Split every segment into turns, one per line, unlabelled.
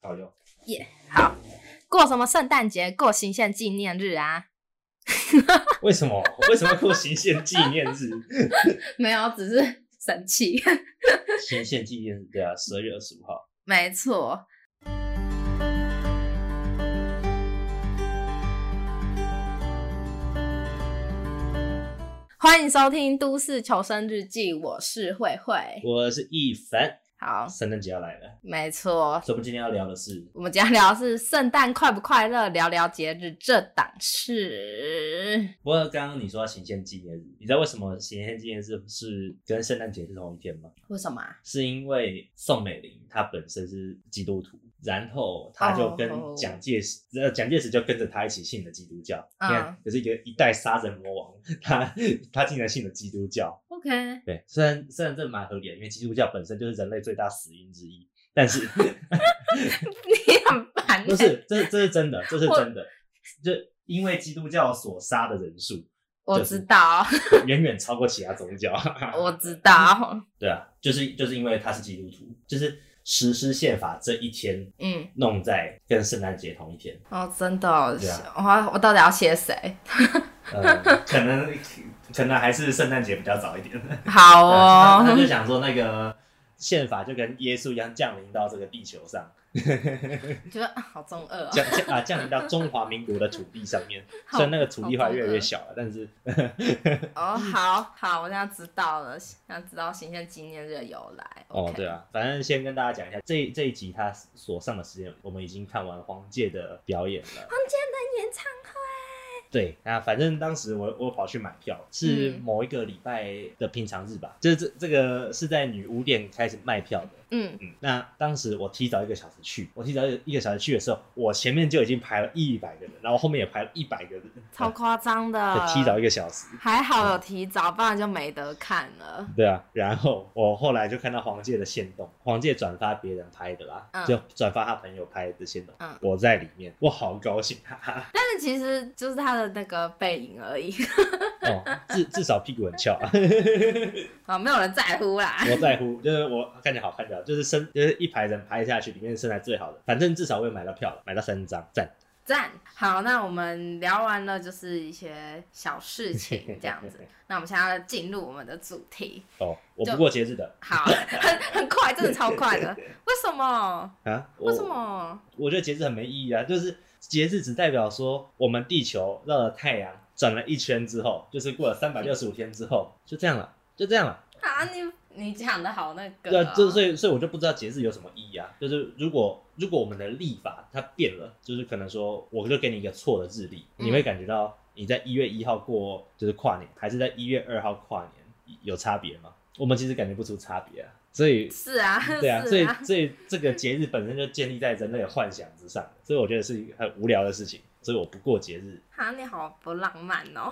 好用。
好，过什么圣诞节？过行宪纪念日啊？
为什么？为什么要过行宪纪念日？
没有，只是神奇。
行宪纪念日，对啊，十二月二十五号。
没错。欢迎收听《都市求生日记》，我是慧慧。
我是一凡，
好，
圣诞节要来了，
没错，
所以我们今天要聊的是
我们今天聊的是圣诞快不快乐，聊聊节日这档事。
不过刚刚你说到行宪纪念日，你知道为什么行宪纪念日是跟圣诞节是同一天吗？
为什么、啊？
是因为宋美龄她本身是基督徒，然后她就跟
哦
蒋介石，呃，蒋介石就跟着她一起信了基督教。
嗯
你看，可是一个一代杀人魔王，他他竟然信了基督教。
OK，
对，虽然虽然这蛮合理的，因为基督教本身就是人类最大死因之一，但是
你很烦、欸。
不是，这是这是真的，这是真的，就因为基督教所杀的人数
我
就是
知道，
远远超过其他宗教。
我知道。
对啊，就是就是因为他是基督徒，就是实施宪法这一天
嗯，
弄在跟圣诞节同一天，
哦，真的哦、
对
我我到底要写谁？
呃，可能可能还是圣诞节比较早一点。啊
好
他他
哦，
就想说那个宪法就跟耶稣一样降临到这个地球上，
觉得啊好中二哦。
降降啊降临到中华民国的土地上面，
好
虽然那个土地后来越来越
好
小了，但是
哦，好好，我现在知道了，现在知道行宪纪念日的由来。
哦
OK
对，啊，反正先跟大家讲一下这这一集它所上的时间，我们已经看完黄玠的表演了。
房间的演唱
对，那反正当时我我跑去买票，是
嗯
某一个礼拜的平常日吧，就是这这个是在女巫店开始卖票的。
嗯，
嗯，那当时我提早一个小时去，我提早一个小时去的时候，我前面就已经排了一百个人，然后后面也排了一百个人，
超夸张的
对，提早一个嗯小时。
还好有提早，不然就没得看了。
对啊，然后我后来就看到黄玠的线动，黄玠转发别人拍的啦，
嗯
就转发他朋友拍的线动，
嗯
我在里面，我好高兴，哈哈，
但是其实就是他的那个背影而已，
哦，至至少屁股很翘、啊。
啊，没有人在乎啦。
我在乎，就是我看起来好看就好，就是身就是一排人排下去，里面身材最好的，反正至少我也买到票了，买到三张，赞。
赞，好，那我们聊完了就是一些小事情这样 子，那我们现在要进入我们的主题。
哦，我
就
不过节日的
好，很很快，真的超快的。为什么？
啊，我
为什么？
我觉得节日很没意义啊，就是节日只代表说我们地球绕了太阳转了一圈之后，就是过了三百六十五天之后，就这样了，就这样了。
啊，你你讲的好那
对
个、
啊，这所以所以我就不知道节日有什么意义啊。就是如果如果我们的历法它变了，就是可能说我就给你一个错的日历，
嗯
你会感觉到你在一月一号过就是跨年，还是在一月二号跨年有差别吗？我们其实感觉不出差别啊。所以
是啊，
对啊，所
是
以
啊，
所以这个节日本身就建立在人类的幻想之上，所以我觉得是一个很无聊的事情，所以我不过节日。
啊，你好不浪漫哦。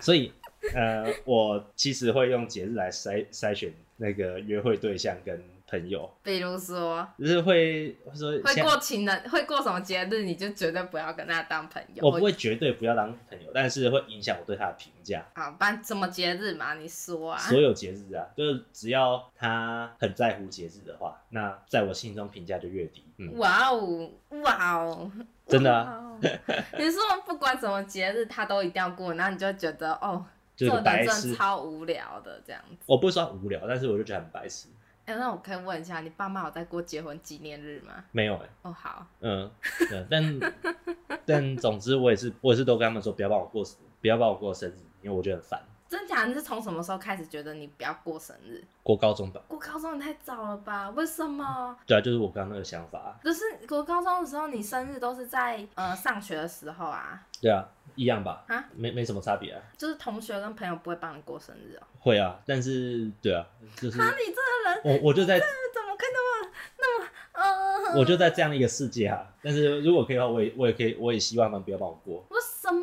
所以，呃，我其实会用节日来筛筛选那个约会对象跟朋友，
比如说，
就是会会说
会
现
过情人，会过什么节日，你就绝对不要跟他当朋友。
我不会绝对不要当朋友，但是会影响我对他的评价。
好，不然什么节日嘛？你说啊。
所有节日啊，就是只要他很在乎节日的话，那在我心中评价就越低。嗯，
哇哦，哇哦，
真的啊
哇哦。 你说不管什么节日，他都一定要过，然后你就觉得哦，
就是
做
个
人
白
真的
痴。
超无聊的这样子。
我不会说他无聊，但是我就觉得很白痴。
哎、那我可以问一下，你爸妈有在过结婚纪念日吗？
没有哎、
哦，好，
嗯，对，但 但总之我也是，我也是都跟他们说不要帮我过，不要帮我过生日，因为我觉得很烦。
真假？你是从什么时候开始觉得你不要过生日？
过高中吧，
过高中也太早了吧？为什么？
对啊，就是我刚刚那个想法啊，
可是国高中的时候，你生日都是在呃上学的时候啊，
对啊，一样吧
啊，
没没什么差别啊，
就是同学跟朋友不会帮你过生日哦。
会啊，但是对啊，就是
啊，你这个人
我我就在
怎么可以那么那么嗯？
我就在这样的一个世界啊。但是如果可以的话，我也我也可以，我也希望他们不要帮我过，
为什么？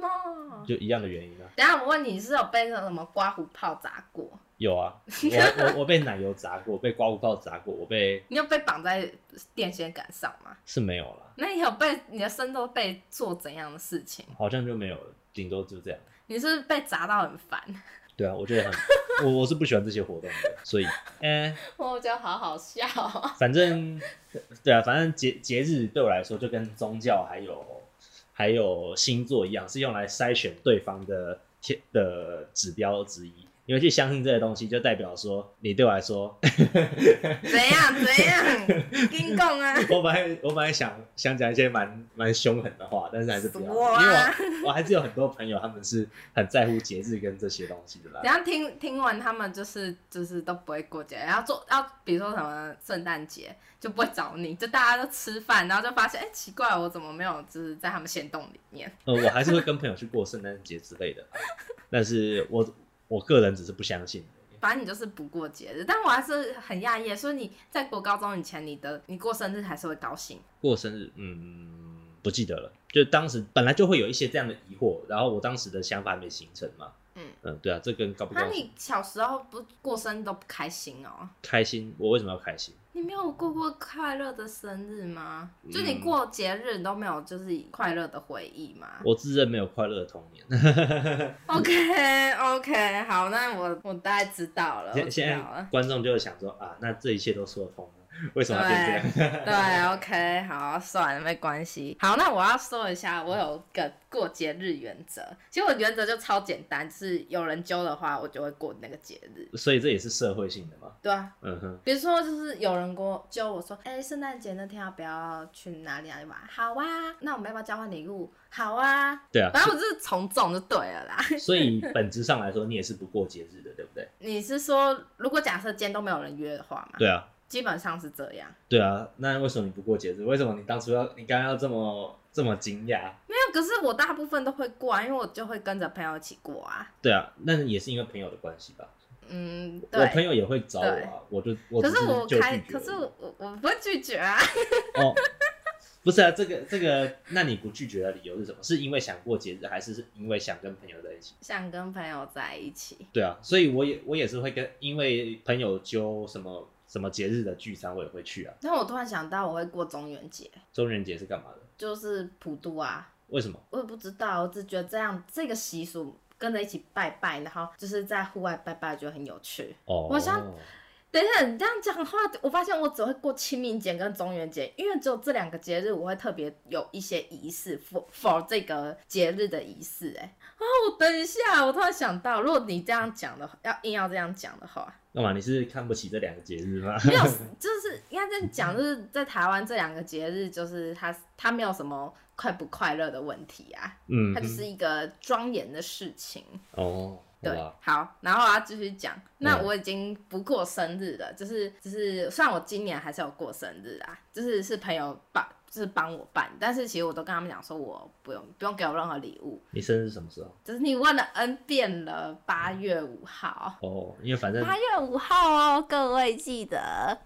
就一样的原因啊。
等一下我问你，是有被那个什么刮胡泡砸过？
有啊，我我我被奶油砸过，被刮胡泡砸过，我被
你有被绑在电线杆上吗？
是没有啦，
那你有被你的身都被做怎样的事情？
好像就没有了，顶多就这样。
你是不是被砸到很烦？
对啊，我觉得很 我我是不喜欢这些活动的，所以，嗯、
我觉得好好笑哦、
反正对啊，反正节节日对我来说就跟宗教还有还有星座一样，是用来筛选对方的天的指标之一。因为去相信这些东西，就代表说你对我来说，
怎样怎样，跟讲 啊，
我本来我本来想想讲一些蛮蛮凶狠的话，但是还是不要，
哇
因为我我还是有很多朋友他们是很在乎节日跟这些东西的 啦。
然后听听完他们就是就是都不会过节，然后做要比如说什么圣诞节就不会找你，就大家都吃饭，然后就发现哎、奇怪，我怎么没有就是在他们行动里面？
呃，我还是会跟朋友去过圣诞节之类的啦，但是我我个人只是不相信。
反正你就是不过节日，但我还是很讶异，所以你在国高中以前，你的你过生日还是会高兴。
过生日，嗯，不记得了。就当时本来就会有一些这样的疑惑，然后我当时的想法还没形成嘛。
嗯
嗯，对啊，这跟高不高
那你小时候不过生日都不开心哦？
开心，我为什么要开心？
你没有过过快乐的生日吗？
嗯
就你过节日你都没有就是快乐的回忆吗
我自认没有快乐的童年。
？OK OK，好，那我我大概知道了，我
现
知
现
道
在
了。
观众就会想说啊，那这一切都说得通了， 为什么要变这样？
对，OK，好，算了，没关系。好，那我要说一下，我有个过节日原则。其实我原则就超简单，就是有人揪的话，我就会过那个节日。
所以这也是社会性的嘛。
对啊，
嗯哼，
比如说，就是有人跟我揪我说，哎、圣诞节那天要不要去哪里哪里玩？好啊，那我们要不要交换礼物？好啊，
对啊。
反正我就是从众就对了啦。
所以本质上来说，你也是不过节日的，对不对？
你是说，如果假设今天都没有人约的话嘛？
对啊，
基本上是这样。
对啊。那为什么你不过节日？为什么你当初要你刚刚要这么这么惊讶？
没有，可是我大部分都会过、啊，因为我就会跟着朋友一起过啊。
对啊，那也是因为朋友的关系吧。
嗯，
我朋
对。
友也会找我
对
啊，我就我
可
只
是我
就
开，
拒绝
可
了。
是我我不会拒绝啊。
哦， 不是啊，这个这个，那你不拒绝的理由是什么？是因为想过节日，还是是因为想跟朋友在一起？
想跟朋友在一起，
对啊，所以我也我也是会跟，因为朋友揪什么什么节日的聚餐，我也会去啊。
但我突然想到我会过中元节，
中元节是干嘛的？
就是普渡啊。
为什么？
我也不知道，我只觉得这样这个习俗跟着一起拜拜，然后就是在户外拜拜，觉得很有趣。
哦，
我想等一下，你这样讲话，我发现我只会过清明节跟中元节，因为只有这两个节日，我会特别有一些仪式，for for 这个节日的仪式、哎，啊，我等一下，我突然想到，如果你这样讲的话，要硬要这样讲 的话，
干嘛？你是看不起这两个节日吗？
没有，就是应该这样讲，就是在台湾这两个节日，就是它它没有什么快不快乐的问题啊，
嗯
它就
哼，
是一个庄严的事情。
哦，
对
好吧，
好，然后我要继续讲。那
嗯
我已经不过生日了，就是就是，虽然我今年还是有过生日啊，就是是朋友帮，就是帮我办，但是其实我都跟他们讲说，我不用不用给我任何礼物，
你生日什么时候？
就是你问了 N 遍了，八月五号，
哦，因为反正
八月五号哦，各位记得。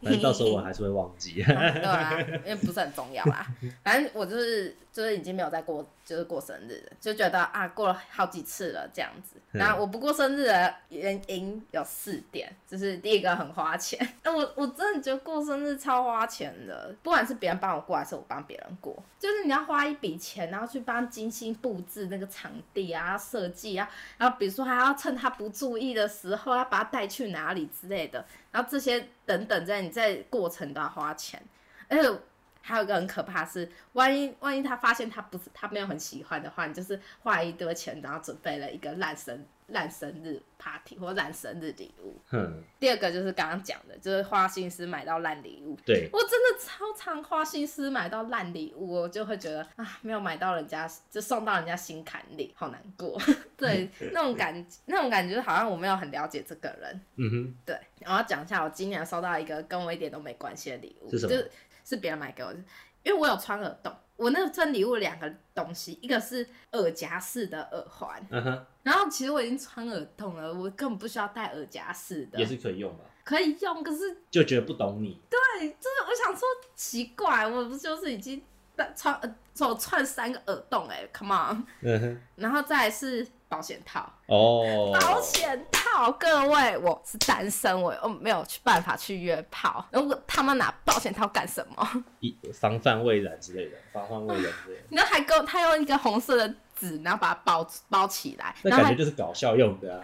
反正到时候我还是会忘记。
对啊，因为不是很重要啦。反正我就是就是已经没有再过就是过生日了，就觉得啊过了好几次了这样子。
嗯
然后我不过生日的原因有四点，就是第一个很花钱， 那我我真的觉得过生日超花钱的，不管是别人帮我过还是我帮别人过，就是你要花一笔钱，然后去帮精心布置那个场地啊、设计啊，然后比如说还要趁他不注意的时候要把他带去哪里之类的，然后这些等等在你在过程都要花钱，而且还有一个很可怕的是，万一万一他发现他不是他没有很喜欢的话，你就是花一堆钱，然后准备了一个烂生烂生日 party 或烂生日礼物。
哼，
第二个就是刚刚讲的，就是花心思买到烂礼物。
对，
我真的超常花心思买到烂礼物，我就会觉得啊，没有买到人家，就送到人家心坎里，好难过。 对，那种感，那种感觉好像我没有很了解这个人。
嗯哼，
对，我要讲一下，我今年收到一个跟我一点都没关系的礼物，
是什么
就是是别人买给我的，因为我有穿耳洞。我那份礼物两个东西，一个是耳夹式的耳环，
嗯哼，
然后其实我已经穿耳洞了，我根本不需要戴耳夹式的
也，是可以用吧？
可以用。可是
就觉得不懂你，
对，就是我想说奇怪，我不就是已经戴穿耳，我穿三个耳洞哎、c o m e on，
嗯哼，
然后再来是保险套，
哦，
保险套，各位，我是单身，我我没有去办法去约炮，然后他们拿保险套干什么？
一防范未然之类的，防范未然之 类的，
然后还跟我他用一个红色的纸，然后把它包包起来，
那
然后
感觉
还
就是搞笑用的啊。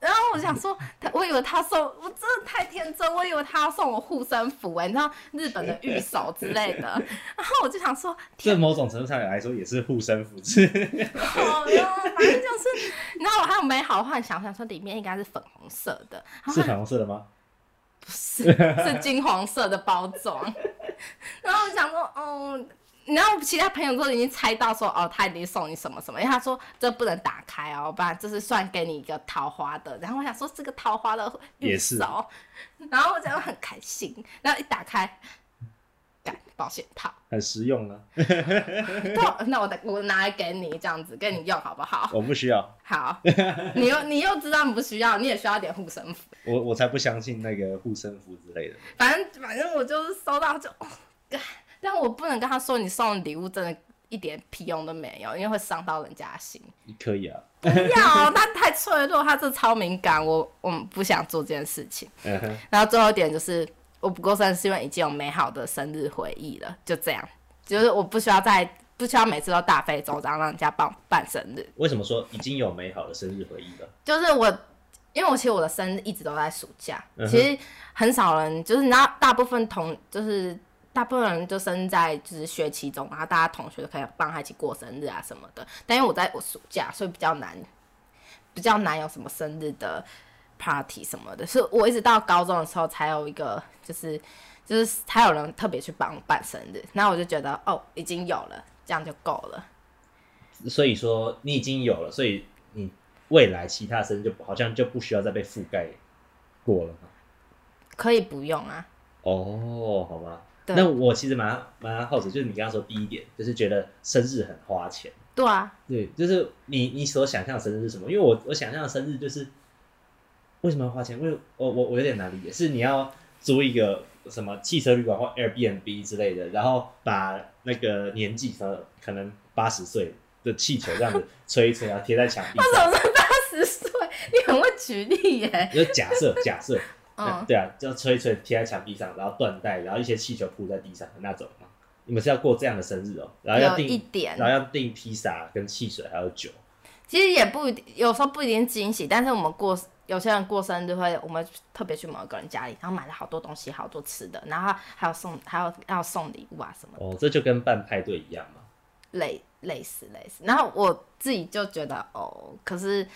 然后我想说，他我以为他送，我真的太天真，我以为他要送我护身符哎、你知道日本的御守之类的。然后我就想说，
这
天
某种程度上来说也是护身符， 是
好哟，反正就是，你知道我还有美好幻想，想说里面应该是粉红色的，然后
是粉红色的吗？
不是是金黄色的包装。 然后我想说，哦，然后其他朋友都已经猜到说，哦，他已经送你什么什么，因为他说这不能打开哦，不然就是算给你一个桃花的。然后我想说这个桃花的
也是
玉手，然后我讲很开心，然后一打开，干保险 套，
很实用啊，
对，那我的我拿来给你这样子给你用好不好？
我不需要，
好，你又你又知道你不需要，你也需要点护身符。
我我才不相信那个护身符之类的。
反正反正我就是收到就，哦干但我不能跟他说你送的礼物真的一点屁用都没有，因为会伤到人家的 心。
可以啊，
不要，他太脆弱，他这超敏感，我我们不想做这件事情。
嗯哼，
然后最后一点就是，我不过生日是因为已经有美好的生日回忆了，就这样，就是我不需要再不需要每次都大费周章让人家帮我办生日，
为什么说已经有美好的生日回忆了？
就是我，因为我其实我的生日一直都在暑假，
嗯哼
其实很少人，就是你知道，大部分同就是大部分人就生在就是学期中，然后大家同学都可以帮他一起过生日啊什么的。但因为我在我暑假，所以比较难，比较难有什么生日的 party 什么的。所以我一直到高中的时候才有一个就是。就是才有人特别去帮我办生日，那我就觉得哦，已经有了，这样就够了。
所以说你已经有了，所以你未来其他生日就好像就不需要再被覆盖过了嘛。
可以不用啊，
哦，好吧。
对
那我其实蛮蛮好奇，就是你刚刚说第一点，就是觉得生日很花钱。
对啊，
对，就是你你所想象的生日是什么？因为我我想象的生日就是为什么要花钱？因为我我我有点难理解，是你要租一个什么汽车旅馆或 Airbnb 之类的，然后把那个年纪呃可能八十岁的气球这样子吹一吹，然后贴在墙壁上。
我是八十岁，你很会举例耶。
就假设假设，
嗯，
对啊，就吹一吹贴在墙壁上，然后缎带，然后一些气球铺在地上的那种嘛。你们是要过这样的生日哦，然后要
有一
订，
点
然，后要订披萨跟汽水还有酒。
其实也不一定，有时候不一定惊喜，但是我们过有些人过生日会，我们特别去某一个人家里，然后买了好多东西，好多吃的，然后还有送，还有要送礼物啊什么
哦，这就跟办派对一样嘛。
类类似类似。然后我自己就觉得哦，可是。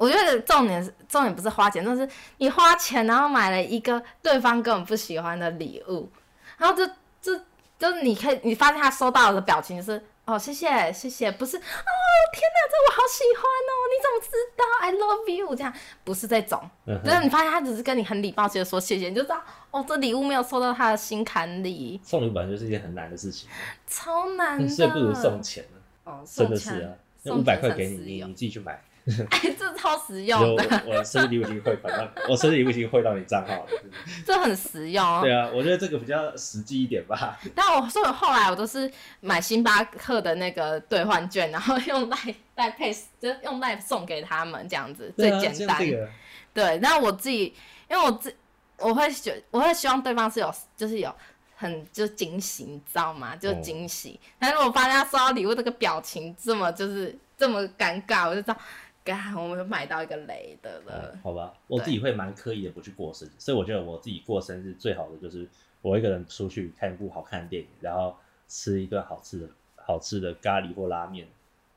我觉得重点是重点不是花钱，就是你花钱然后买了一个对方根本不喜欢的礼物，然后这这就是你可以你发现他收到的表情就是哦谢谢谢谢，不是哦天哪，这我好喜欢哦，你怎么知道 I love you 这样不是这种，
嗯
就
哼，
是你发现他只是跟你很礼貌性的说谢谢，你就知道哦这礼物没有收到他的心坎里，
送礼本来就是一件很难的事情，
超难的，
所以不如送钱呢，
哦送
真的
钱
是啊，那
送
五百
钱
块
很
给你，
实
你
用
你自己去买。
哎这超实
就
用
我
的，
我生日礼物已经汇款到，我生日礼物已经汇到你账号了。 真的
这很实用哦。
对啊，我觉得这个比较实际一点吧。
但我所以后来我都是买星巴克的那个兑换券，然后 用赖赖配，就是用赖送给他们这样子，最
对啊
简单。
像这个
对，那我自己，因为我自我会觉，我会希望对方是有，就是有很就惊喜，你知道吗？就
哦
惊喜。但是我发现他收到礼物这个表情这么就是这么尴尬，我就知道，干，我们买到一个雷的了
嗯。好吧，我自己会蛮刻意的不去过生日，所以我觉得我自己过生日最好的就是我一个人出去看一部好看的电影，然后吃一顿好吃的好吃的咖喱或拉面，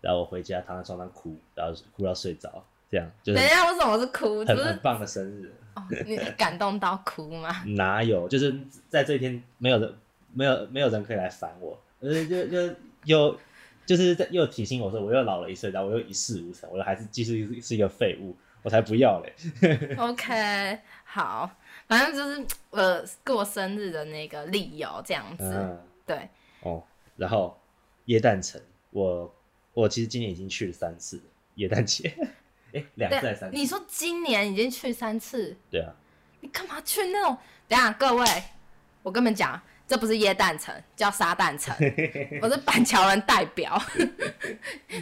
然后我回家躺在床上哭，然后哭到睡着，这样就是
等一下，为什么是哭？不
哦很
是
很棒的生日。
哦，你感动到哭吗？
哪有？就是在这一天，没有人，没有没有人可以来烦我，呃，就就又就是在又提醒我说，我又老了一岁，然后我又一事无成，我还是继续是一个废物，我才不要嘞！
OK，好，反正就是呃过生日的那个理由这样子。
嗯，
对，
哦，然后耶诞城，我我其实今年已经去了三次了耶诞节， 哎，两次还是
对，
三次？
你说今年已经去三次，
对啊，
你干嘛去那种？等一下各位，我跟你们讲，这不是椰蛋城，叫沙 蛋城，我是板桥人代表。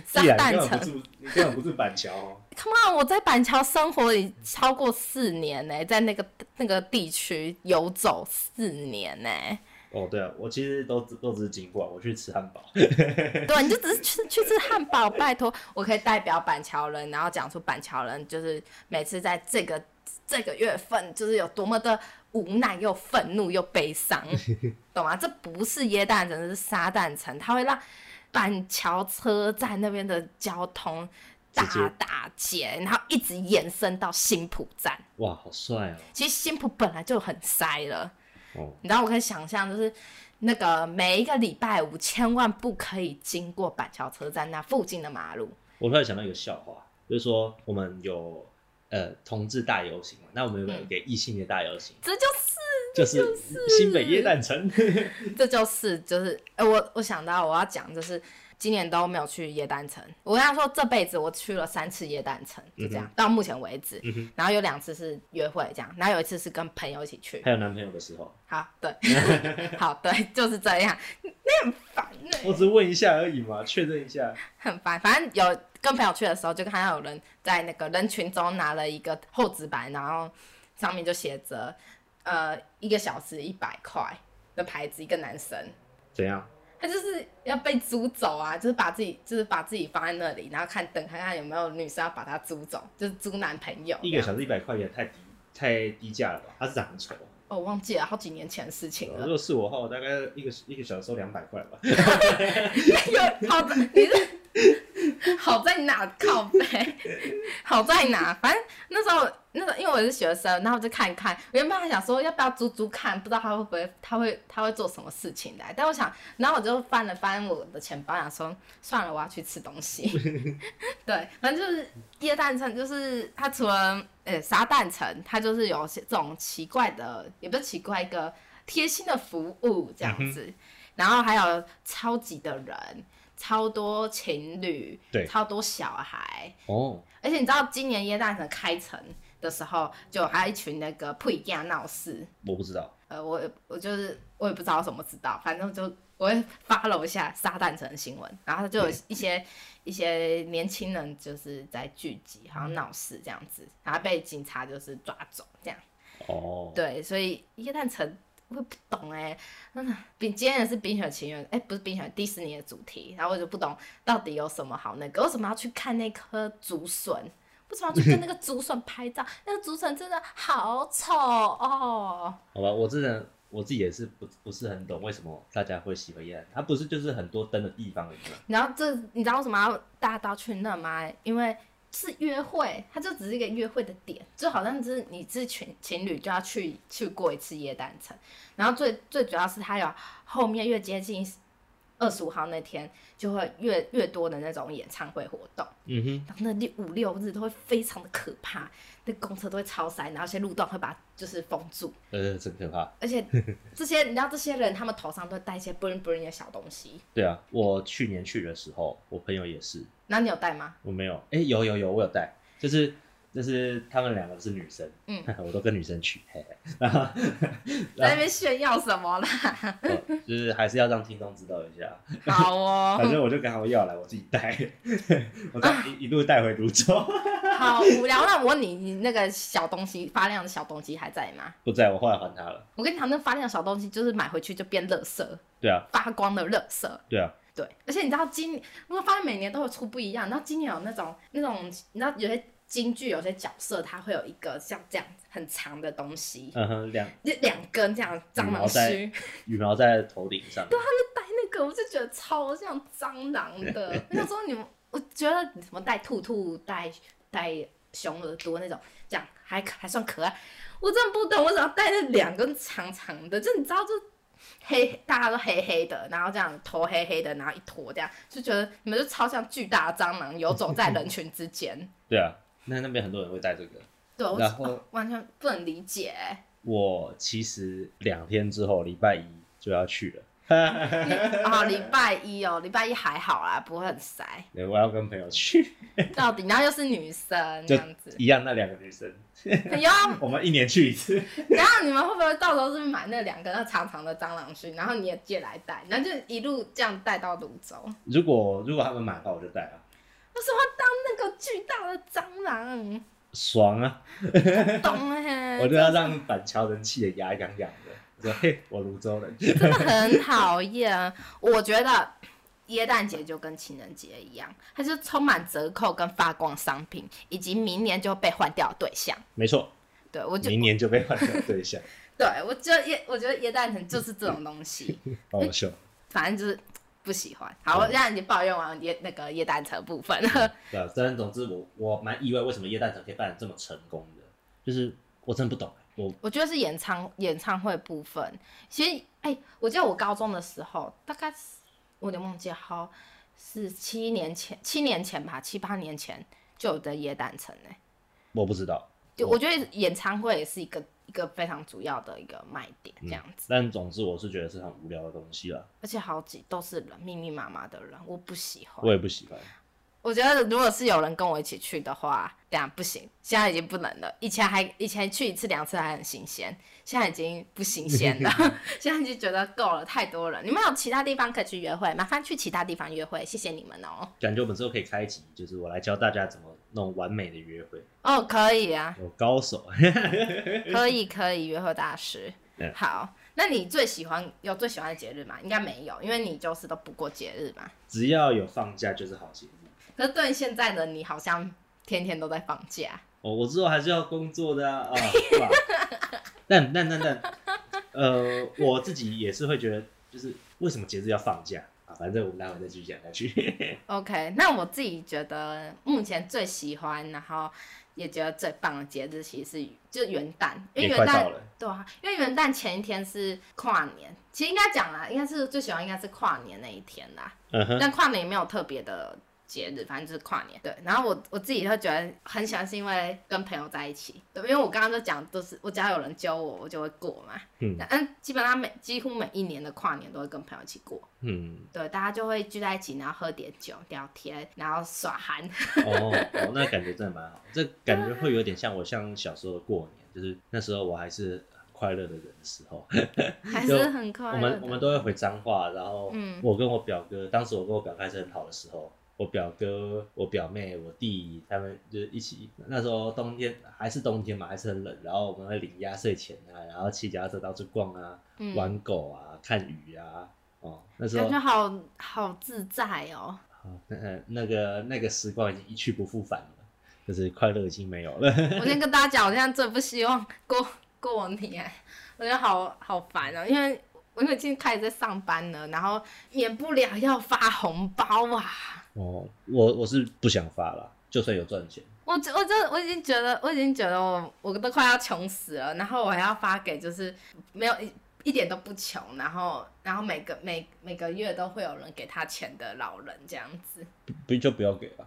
沙
既然
蛋
你根本不
城
住，你根本不住板桥哦，
，Come on，我在板桥生活已超欸过四年呢、在那个那个地区游走四年呢、欸
哦，对啊，我其实都只都只是经过，我去吃汉堡。
对，你就只是去去吃汉堡，拜托，我可以代表板桥人，然后讲出板桥人就是每次在这个这个月份就是有多么的无奈又愤怒又 悲伤，懂吗？这不是耶诞城，这是沙旦城，它会让板桥车站那边的交通大
直接
打结，然后一直延伸到新浦站。
哇，好帅哦！
其实新浦本来就很塞了。
哦，
你知道我可以想象，就是那个每一个礼拜五千万不可以经过板桥车站那附近的马路。
我突然想到一个笑话，就是说我们有呃同志大游行嘛，那我们有没有
嗯
给异性的大游行？
这就是，
就是新北耶诞城。
这就是，就是，哎、我我想到我要讲，就是今年都没有去耶诞城。我跟他说，这辈子我去了三次耶诞城，就这样，到目前为止。
嗯哼
然后有两次是约会这样，然后有一次是跟朋友一起去。
还有男朋友的时候，
好，对， 好，对，就是这样。那很烦，那
我只问一下而已嘛，确认一下。
很烦。反正有跟朋友去的时候，就看到有人在那个人群中拿了一个厚纸板，然后上面就写着呃一个小时一百块的牌子，一个男生。
怎样？
他就是要被租走啊，就是把自己就是把自己放在那里，然后看等看看有没有女生要把他租走，就是租男朋友。
一个小时一百块也太低太低价了吧？他是长得丑。啊
哦，我忘记了，好几年前的事情
如
了。
果是我的话，我大概一个一个小时收两百块吧。
有好在你是 好在哪靠背，好在哪？反正那时候那时候因为我是学生，然后我就看一看，我原本还想说要不要租租看，不知道他会不会他会他会做什么事情来。但我想，然后我就翻了翻我的钱包，想说算了，我要去吃东西。对，反正就是椰蛋城，就是它除了呃沙蛋城，它就是有些这种奇怪的，也不是奇怪一个贴心的服务这样子。然后还有超级的人，超多情侣，
对
超多小孩，
哦，
而且你知道今年耶诞城开城的时候，就还有一群那个配亚闹事，
我不知道。
呃，我我就是我也不知道怎么知道，反正就我会 follow 一下沙旦城的新闻，然后就有一些一些年轻人就是在聚集，好像闹事这样子，然后被警察就是抓走这样。
哦，
对，所以耶诞城我也不懂哎、嗯，比今天的是《冰雪奇缘》哎、不是《冰雪》，迪士尼的主题，然后我就不懂到底有什么好那个，为什么要去看那颗竹笋？为什么要去跟那个竹笋拍照？那个竹笋真的好丑哦！
好吧，我真的我自己也是不不是很懂为什么大家会喜欢耶诞，它不是就是很多灯的地方而已吗？
然后这你知道为什么要大家都要去那吗？因为是约会，它就只是一个约会的点，就好像就是你是情情侣就要去去过一次耶诞城，然后最最主要是它有后面越接近二十五号那天，就会越越多的那种演唱会活动，
嗯哼，
然后那六五六日都会非常的可怕，那公车都会超塞，然后一些路段会把就是封住，
呃，真可怕。
而且这些你知道这些人他们头上都会戴一些 bling bling 的小东西，
对啊，我去年去的时候，我朋友也是，
那你有戴吗？
我没有，哎、有有有，我有带，就是就是他们两个是女生，
嗯，
我都跟女生去，嘿嘿，然后
在那边炫耀什么啦？
我哦就是还是要让听众知道一下，
好
反
哦，
正我就刚好要来，我自己带， 我
啊
再一一路带回泸州，
好无聊。那我问你，你那个小东西发亮的小东西还在吗？
不在我后来还他了，
我跟你讲，那发亮的小东西就是买回去就变垃圾，
对啊
发光的垃圾。
对啊，
对，而且你知道今，我发现每年都有出不一样。然后今年有那种那种，你知道有些京剧有些角色，它会有一个像这样很长的东西，
嗯哼，两
就两根这样蟑
羽
螂
毛在
须，
羽毛在头顶上，
戴那个我就觉得超像蟑螂的。我想说你们，我觉得你什么戴兔兔、戴戴熊耳朵那种，这样还可还算可爱。我真的不懂，我只要戴那两根长长的，就你知道，就黑大家都黑黑的，然后这样头黑黑的，然后一坨这样，就觉得你们就超像巨大的蟑螂游走在人群之间。
对啊，那那边很多人会带这个，
对，我
然后
完全不能理解。欸
我其实两天之后，礼拜一就要去了。
你哦，礼拜一哦，礼拜一还好啦，不会很塞。
对，我要跟朋友去，
到底，然后又是女生
就
这样子，
一样那两个女生，
你要
我们一年去一次。
然后你们会不会到时候是买那两个那长长的蟑螂须，然后你也借来带，然后就一路这样带到泸州？
如果如果他们买的话，我就带啊，
为什么要当那个巨大的蟑 螂？
爽啊！
懂哎、
我就要让板桥人气也牙痒痒的。说嘿，我泸州人，
真的很讨厌。我觉得耶诞节就跟情人节一样，它就充满折扣跟发光商品，以及明年就被换掉的对象。
没错，
对我就
明年就被换成对象，
对我就耶，我觉得耶诞城就是这种东西，
好好笑。
反正就是不喜欢。好，我现在已经抱怨完耶那个耶诞城部分了。
对啊，但总之我我蛮意外，为什么耶诞城可以办得这么成功的，就是我真的不懂，我
我觉得是演唱演唱会部分。其实，哎、我记得我高中的时候，大概是我有点忘记，好是七年前，七年前吧，七八年前就有的耶诞城哎、
我不知道。
就我觉得演唱会也是一个一个非常主要的一个卖点，
嗯
这样子，
但总之我是觉得是很无聊的东西啦，
而且好几都是人密密麻麻的人，我不喜欢。
我也不喜欢。
我觉得如果是有人跟我一起去的话，这样不行，现在已经不能了。以前还以前去一次两次还很新鲜，现在已经不新鲜 了，现在就觉得够了，太多人。你们有其他地方可以去约会，麻烦去其他地方约会，谢谢你们哦。
感觉我们之后可以开一集，就是我来教大家怎么弄完美的约会，
哦，可以啊，
有高手。
可以可以，约会大 师
嗯。
好，那你最喜欢有最喜欢的节日吗？应该没有，因为你就是都不过节日嘛。
只要有放假就是好节日。
可是对于现在的你，好像天天都在放假。
我、我之后还是要工作的啊。啊哇 但但但但，呃，我自己也是会觉得，就是为什么节日要放假啊？反正我们待会再继续讲下去。
OK，那我自己觉得目前最喜欢，然后也觉得最棒的节日其实是就是元旦，因为
也
元
快
旦
到了，
对啊，因为元旦前一天是跨年，其实应该讲啦，应该是最喜欢应该是跨年那一天啦，
嗯哼，
但跨年也没有特别的。节日，反正就是跨年。对，然后我我自己会觉得很喜欢，是因为跟朋友在一起。对，因为我刚刚就讲，都是我只要有人揪我，我就会过嘛。
嗯
但基本上每几乎每一年的跨年都会跟朋友一起过。
嗯，
对，大家就会聚在一起，然后喝点酒、聊天，然后耍憨。
哦哦，那感觉真的蛮好。这感觉会有点像我像小时候的过年，就是那时候我还是很快乐的人的时候，
还是很快乐
我
的。
们我们都会回彰化，然后
嗯
我跟我表哥，当时我跟我表哥还是很好的时候，我表哥、我表妹、我弟他们就是一起，那时候冬天还是冬天嘛，还是很冷，然后我们会领压岁钱啊，然后骑脚踏车到处逛啊，
嗯
玩狗啊，看鱼啊，哦，那时候
感觉好好自在哦。
好那呃那个那个时光已经一去不复返了，就是快乐已经没有了。
我先跟大家讲，我现在最不希望过过年，欸我觉得好好烦哦，因为我因为已经开始在上班了，然后免不了要发红包啊。
哦，我我是不想发了，就算有赚钱，
我这我这我已经觉得我已经觉得我我都快要穷死了，然后我还要发给就是没有一一点都不穷，然后然后每个每每个月都会有人给他钱的老人这样子，
不就不要给 吧。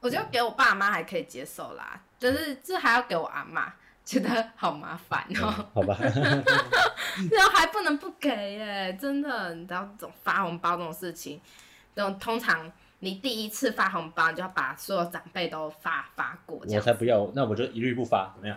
我
嗯
觉得给我爸妈还可以接受啦，但是这还要给我阿妈，觉得好麻烦哦、
嗯好 吧，嗯
然后还不能不给耶，真的，你知道这种发红包这种事情，这种通常你第一次发红包，你就要把所有长辈都发发过这
我
样
才不要，那我就一律不发，怎么样？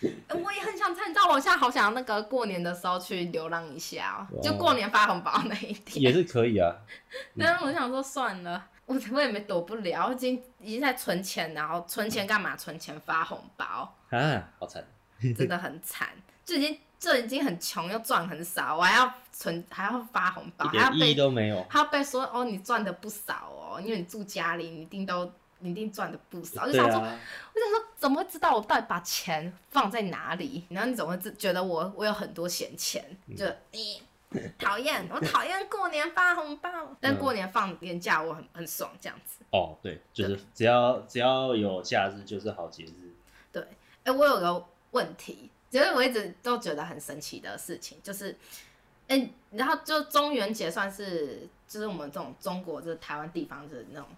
欸我也很想参照，我现在好想那个过年的时候去流浪一下、哦，
哇
就过年发红包那一
也
天。
是可以啊。
但是我想说算了，我我也没躲不了，我已经已经在存钱，然后存钱干嘛？存钱发红 包，
啊，好惨！
真的很惨，就已经就已经很穷，又赚很少，我还要存，还要发红包，
一
还要
点意义
被
都没有。
还要被说哦，你赚的不少哦，因为你住家里，你一定都你一定赚的不少，就
对
想说
啊，
我想说，怎么会知道我到底把钱放在哪里？然后你怎么会知觉得我我有很多闲钱？就
嗯
你讨厌，我讨厌过年发红包，
嗯
但过年放年假我很很爽这样子。
哦，对，就是只要只要有假日就是好节日。
对，哎、我有个问题，其实我一直都觉得很神奇的事情，就是，哎、然后就中元节算是就是我们这种中国就是台湾地方的那种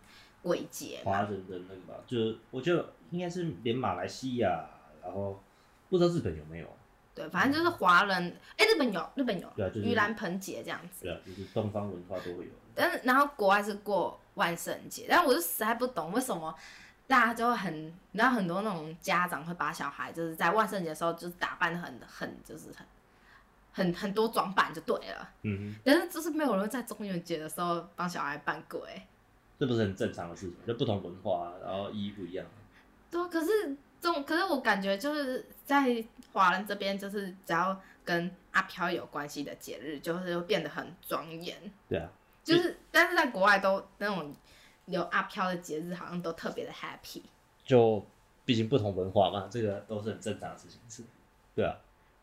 鬼节嘛，
华人的那个吧，就是我觉得应该是连马来西亚，然后不知道日本有没有，啊
对，反正就是华人，哎、日本有日本有
对啊就是
盂兰盆节这样子。
对啊，就是东方文化都会有。
但是然后国外是过万圣节，但我就实在不懂为什么大家就会很，你知道很多那种家长会把小孩就是在万圣节的时候就是打扮得很很就是很很很多装扮就对了，
嗯哼，
但是就是没有人在中元节的时候帮小孩欸扮鬼，
这不是很正常的事情，就不同文化，啊然后意义不一样。
对啊，可是这种可是我感觉就是在华人这边就是只要跟阿飘有关系的节日，就是会变得很庄严。
对啊，
就是但是在国外都那种有阿飘的节日，好像都特别的 happy。
就毕竟不同文化嘛，这个都是很正常的事情，是，对啊，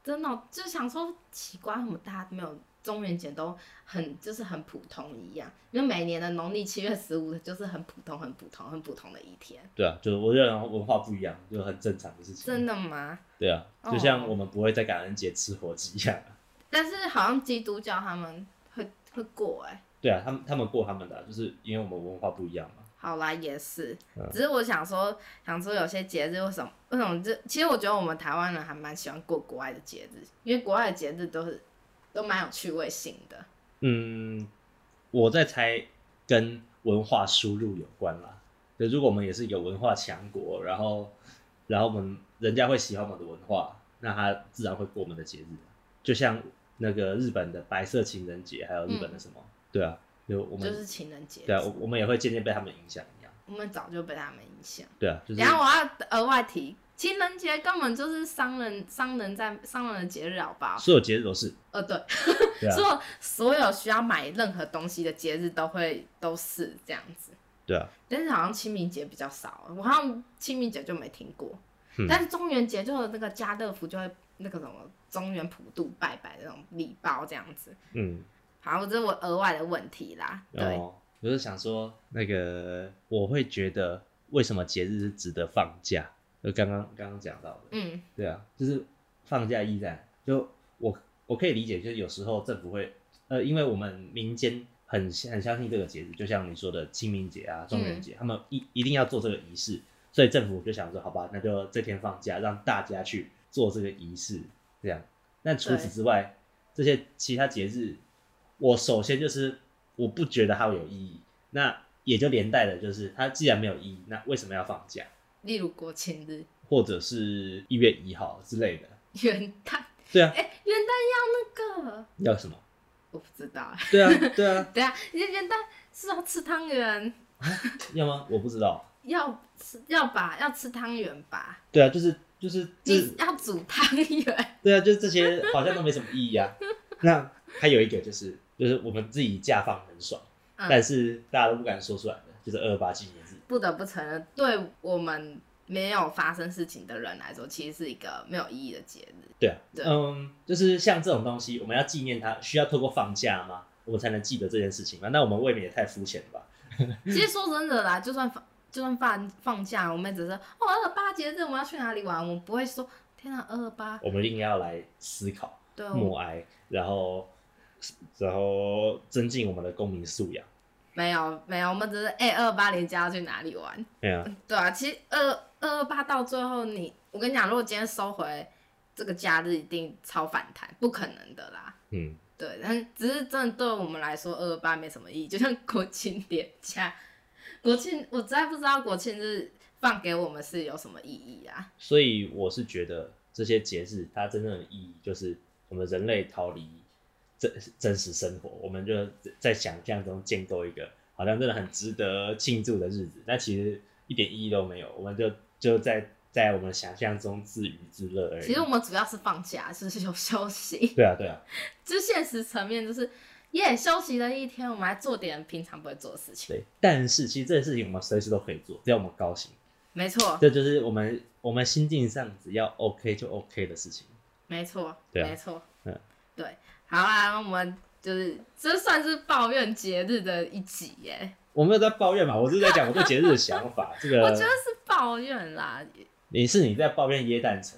真的哦、就想说奇怪，为什么大家没有中元节都很就是很普通一样？因为每年的农历七月十五就是很普通、很普通、很普通的一天。
对啊，就是我觉得文化不一样，就很正常的事情。
真的吗？
对啊，
哦
就像我们不会在感恩节吃火鸡一样啊。
但是好像基督教他们会会过哎、
对啊，他们他们过他们的啊、就是因为我们文化不一样嘛。
好啦，也是
嗯，
只是我想说，想说有些节日为什么为什么这？其实我觉得我们台湾人还蛮喜欢过国外的节日，因为国外的节日都是都蛮有趣味性的。
嗯，我在猜跟文化输入有关啦。就如果我们也是一个文化强国，然后然后我们人家会喜欢我们的文化，那他自然会过我们的节日啊。就像那个日本的白色情人节，还有日本的什么，
嗯
对啊，就我们、
就是情人节，
对啊，我我们也会渐渐被他们影响一样。
我们早就被他们影响。
对啊，就是
然后我要额外提，情人节根本就是商人商人在商人的节日，好不好？
所有节日都 是
呃，对，
对啊
所有所有需要买任何东西的节日都会都是这样子。
对啊，
但是好像清明节比较少，我好像清明节就没听过。
嗯
但是中元节就有那个家乐福就会那个什么中元普渡拜拜的那种礼包这样子。
嗯。
好，这是我额外的问题啦。对，
然后我就想说，那个我会觉得为什么节日是值得放假？就刚刚刚刚讲到的，
嗯，
对啊，就是放假依然就我我可以理解，就是有时候政府会呃，因为我们民间很很相信这个节日，就像你说的清明节啊、中元节，他们一一定要做这个仪式，所以政府就想说，好吧，那就这天放假，让大家去做这个仪式，这样。那除此
对
之外，这些其他节日，我首先就是我不觉得它会有意义，那也就连带的就是它既然没有意义，那为什么要放假，
例如国庆日、
或者是一月一号之类的？
元旦，
对啊，
哎、元旦要那个，
要什么？
我不知道。
对啊，对啊，
等一下，你元旦是要吃汤圆，
要吗？我不知道。
要吃要吧，要吃汤圆吧？
对啊，就是就是这
你要煮汤 圆，
对啊，就是这些好像都没什么意义啊。 那还有一个就是，就是我们自己假放很爽，
嗯
但是大家都不敢说出来的，就是二二八纪念日。
不得不承认，对我们没有发生事情的人来说，其实是一个没有意义的节日。
对啊，
对
嗯，就是像这种东西，我们要纪念它，需要透过放假吗？我们才能记得这件事情吗？那我们未免也太肤浅了吧？
其实说真的啦，就算放就算放放假，我们也只是哦二二八节日我们要去哪里玩，我们不会说天啊二二八，
我们应该要来思考、
对，我
默哀，然后然后增进我们的公民素养。
没有没有，我们只是哎二二八连假要去哪里玩，
对啊，
对啊，其实二二二八到最后你，我跟你讲，如果今天收回这个假日，一定超反弹，不可能的啦。
嗯，
对，但只是真的对我们来说，二二八没什么意义，就像国庆连假，国庆我实在不知道国庆日放给我们是有什么意义啊。
所以我是觉得这些节日它真正的意义就是我们人类逃离真真实生活，我们就在想象中建构一个好像真的很值得庆祝的日子，但其实一点意义都没有，我们就就在在我们想象中自娱自乐而已。
其实我们主要是放假，就是有休息，
对啊对啊，
就现实层面就是。耶、休息了一天，我们来做点平常不会做的事情。
对。但是其实这些事情我们随时都可以做，只要我们高兴，
没错，
这就是我们我们心境上只要 OK 就 OK 的事情。
没错，
对啊
没错，
嗯，
对。好啦，我们就是这算是抱怨节日的一集耶，
我没有在抱怨嘛，我是在讲我对节日的想法。这个
我觉得是抱怨啦，
你是你在抱怨椰蛋城。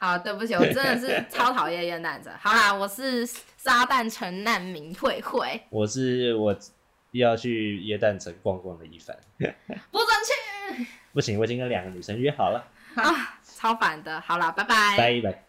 好，对不起，我真的是超讨厌烟蛋者。好啦，我是撒旦城难民慧慧，
我是我要去椰蛋城逛逛的一番。
不准去
不行，我已经跟两个女生约好了，
啊，超烦的。好啦，拜拜
拜拜。